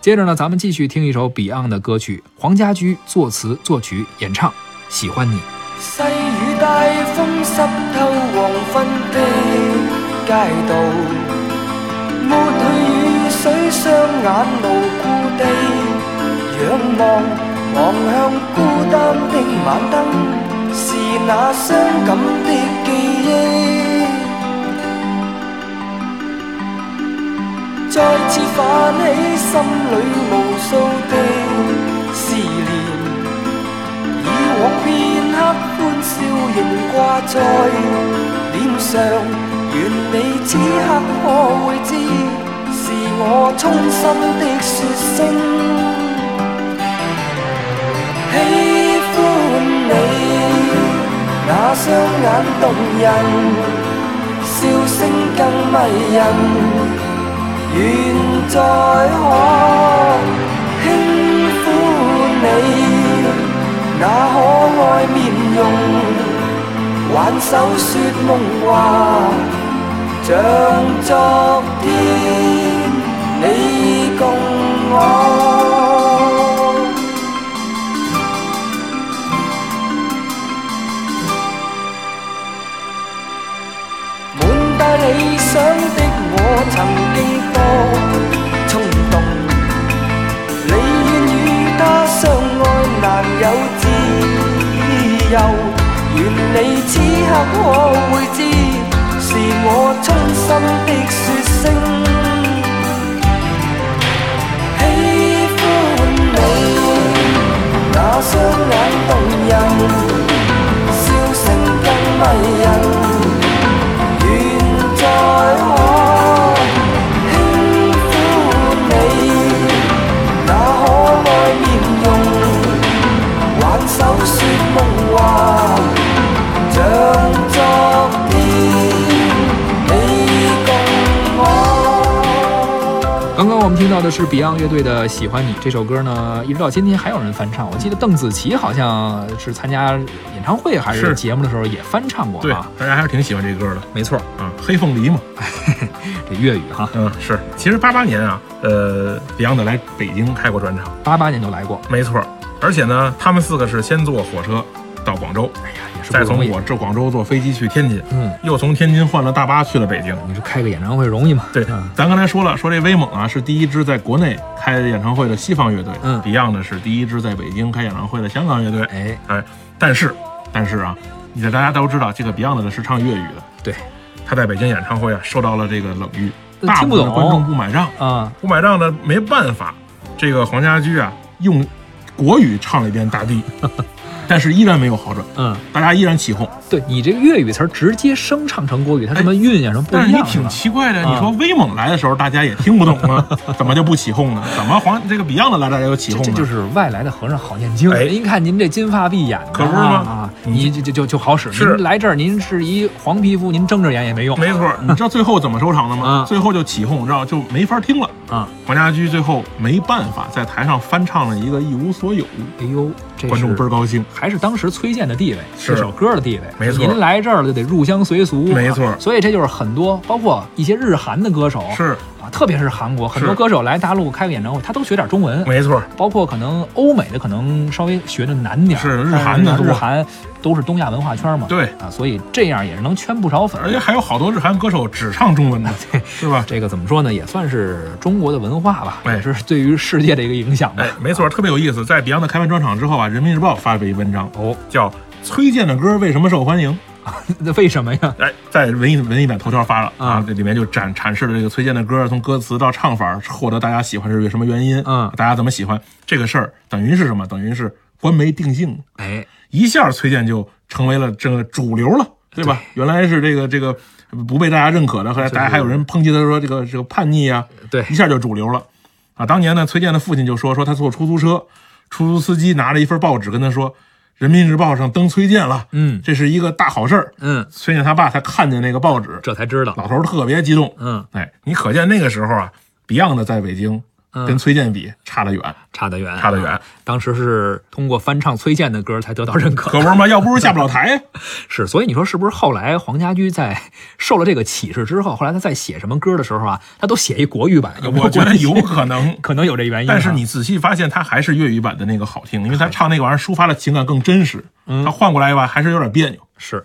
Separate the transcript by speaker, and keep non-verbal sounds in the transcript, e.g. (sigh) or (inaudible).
Speaker 1: 接着呢，咱们继续听一首 Beyond 的歌曲，黄家驹作词作曲演唱《喜欢你》。
Speaker 2: 细雨大风湿透黄昏的街道，抹去雨水，双眼无辜地仰望，望向孤单的晚灯，是那伤感的记忆，再次泛起心里无数的思念。以往片刻歡笑仍掛在臉上，願你此刻可會知，是我衷心的説聲喜歡你，那雙眼動人，笑聲更迷人。願再可輕撫你。那可愛面容，挽手說夢話，像昨天你共我。滿帶理想的我，曾經多衝動。你愿与他相爱难有自由，愿你此刻可会知，是我衷心的说声喜欢你，那双眼动人，笑声更迷人。愿再可轻抚你。那可愛面容，挽手説夢話，像昨天你共我。
Speaker 1: 刚刚我们听到的是 Beyond 乐队的《喜欢你》这首歌呢，一直到今天还有人翻唱。我记得邓紫棋好像是参加演唱会还是
Speaker 3: 是
Speaker 1: 节目的时候也翻唱过
Speaker 3: 对
Speaker 1: 啊。，
Speaker 3: 大家还是挺喜欢这歌的
Speaker 1: 没错，
Speaker 3: 啊，黑凤梨嘛，
Speaker 1: 这粤语哈，
Speaker 3: 嗯，是。其实八八年啊，呃，Beyond 来北京开过专场，
Speaker 1: 八八年就来过，
Speaker 3: 没错儿。而且呢，他们四个是先坐火车到广州，
Speaker 1: 哎呀，也是不
Speaker 3: 再从
Speaker 1: 容易。
Speaker 3: 我这广州坐飞机去天津，
Speaker 1: 嗯，
Speaker 3: 又从天津换了大巴去了北京。
Speaker 1: 你说开个演唱会容易吗？
Speaker 3: 对
Speaker 1: 嗯，
Speaker 3: 咱刚才说了，说这威猛啊是第一支在国内开演唱会的西方乐队，
Speaker 1: 嗯
Speaker 3: ，Beyond 呢是第一支在北京开演唱会的香港乐队。
Speaker 1: 哎，
Speaker 3: 哎，但是，但是啊，你大家都知道，这个 Beyond 呢是唱粤语的，
Speaker 1: 对，
Speaker 3: 他在北京演唱会啊受到了这个冷遇，
Speaker 1: 呃
Speaker 3: 大
Speaker 1: 听
Speaker 3: 部
Speaker 1: 不
Speaker 3: 分
Speaker 1: 懂
Speaker 3: 观众不买账，
Speaker 1: 啊，
Speaker 3: 不买账呢没办法，这个黄家驹啊用国语唱了一遍《
Speaker 1: (laughs)
Speaker 3: 大地》，但是依然没有好转，
Speaker 1: 嗯，
Speaker 3: 大家依然起哄。
Speaker 1: 对你这个粤语词儿直接生唱成国语，它什么韵呀什么不
Speaker 3: 但
Speaker 1: 一
Speaker 3: 是你
Speaker 1: 样哎啊是
Speaker 3: 挺
Speaker 1: 吧？
Speaker 3: 奇怪的，
Speaker 1: 啊
Speaker 3: 你说威猛来的时候大家也听不懂
Speaker 1: (laughs)
Speaker 3: 啊，怎么就不起哄呢？怎么黄这个 Beyond 来大家就起
Speaker 1: 这
Speaker 3: 哄
Speaker 1: 这
Speaker 3: 呢？
Speaker 1: 就是外来的和尚好念经。
Speaker 3: 哎
Speaker 1: 您看您这金发碧眼的，
Speaker 3: 可不是吗
Speaker 1: 啊，
Speaker 3: 你
Speaker 1: 你就就就就好使。
Speaker 3: 是
Speaker 1: 您来这儿，您是一黄皮肤，您睁着眼也没用。
Speaker 3: 没错，你知道最后怎么收场的吗
Speaker 1: 啊？
Speaker 3: 最后就起哄，然后就没法听了。
Speaker 1: 啊，
Speaker 3: 黄家驹最后没办法，在台上翻唱了一个《一无所有
Speaker 1: 哎呦，这》，
Speaker 3: 观众
Speaker 1: 是
Speaker 3: 倍儿高兴。
Speaker 1: 还是当时崔健的地位，
Speaker 3: 是
Speaker 1: 这首歌的地位，
Speaker 3: 没错
Speaker 1: 您来这儿就得入乡随俗，啊
Speaker 3: 没错
Speaker 1: 所以这就是很多，包括一些日韩的歌手，
Speaker 3: 是，
Speaker 1: 啊，特别是韩国，很多
Speaker 3: 是
Speaker 1: 歌手来大陆开个演唱会，他都学点中文，
Speaker 3: 没错，
Speaker 1: 包括可能欧美的可能稍微学的难点儿，
Speaker 3: 是日
Speaker 1: 但
Speaker 3: 韩的多
Speaker 1: 日韩都是东亚文化圈嘛，
Speaker 3: 对
Speaker 1: 啊，所以这样也是能圈不少粉，
Speaker 3: 而且还有好多日韩歌手只唱中 (laughs) 文的，是吧？
Speaker 1: 这个怎么说呢，也算是中国的文化吧，
Speaker 3: 哎
Speaker 1: 也是对于世界的一个影响吧
Speaker 3: 哎，，没错，特别有意思。在 Beyond 的开完专场之后啊，《人民日报》发了一文章，
Speaker 1: 哦，
Speaker 3: 叫《崔健的歌为什么受欢迎》。
Speaker 1: (laughs) 那为什么呀？
Speaker 3: 哎，在文艺文艺版头条发了
Speaker 1: 啊
Speaker 3: 啊，这里面就展阐释了这个崔健的歌，从歌词到唱法，获得大家喜欢是有什么原因，
Speaker 1: 嗯
Speaker 3: 大家怎么喜欢这个事儿，等于是什么？等于是官媒定性，
Speaker 1: 哎，
Speaker 3: 一下崔健就成为了这个主流了，对吧？原来是这个这个不被大家认可的，后来大家还有人抨击他说这个这个叛逆啊，
Speaker 1: 对
Speaker 3: 一下就主流了啊。当年呢，崔健的父亲就说说他坐出租车，出租司机拿着一份报纸跟他说，《人民日报》上登崔健了，
Speaker 1: 嗯
Speaker 3: 这是一个大好事儿。
Speaker 1: 嗯，
Speaker 3: 崔健他爸才看见那个报纸，
Speaker 1: 这才知道，
Speaker 3: 老头儿特别激动。
Speaker 1: 嗯，
Speaker 3: 哎，你可见那个时候啊，Beyond 在北京
Speaker 1: 嗯
Speaker 3: 跟崔健比差得远。
Speaker 1: 差得远，啊
Speaker 3: 差得远。
Speaker 1: 当时是通过翻唱崔健的歌才得到认可，
Speaker 3: 可不是嘛，要不是下不了台，
Speaker 1: 是。所以你说是不是后来黄家驹在受了这个启示之后，后来他在写什么歌的时候啊，他都写一国语版？有没有
Speaker 3: 我觉得
Speaker 1: 关系
Speaker 3: 有可 (laughs) 能。
Speaker 1: 可能有这原因啊。
Speaker 3: 但是你仔细发现，他还是粤语
Speaker 1: 嗯
Speaker 3: 版的那个好听，因为他唱那个玩意儿抒发的情感更真实。他换过来吧，还是有点别扭。
Speaker 1: 是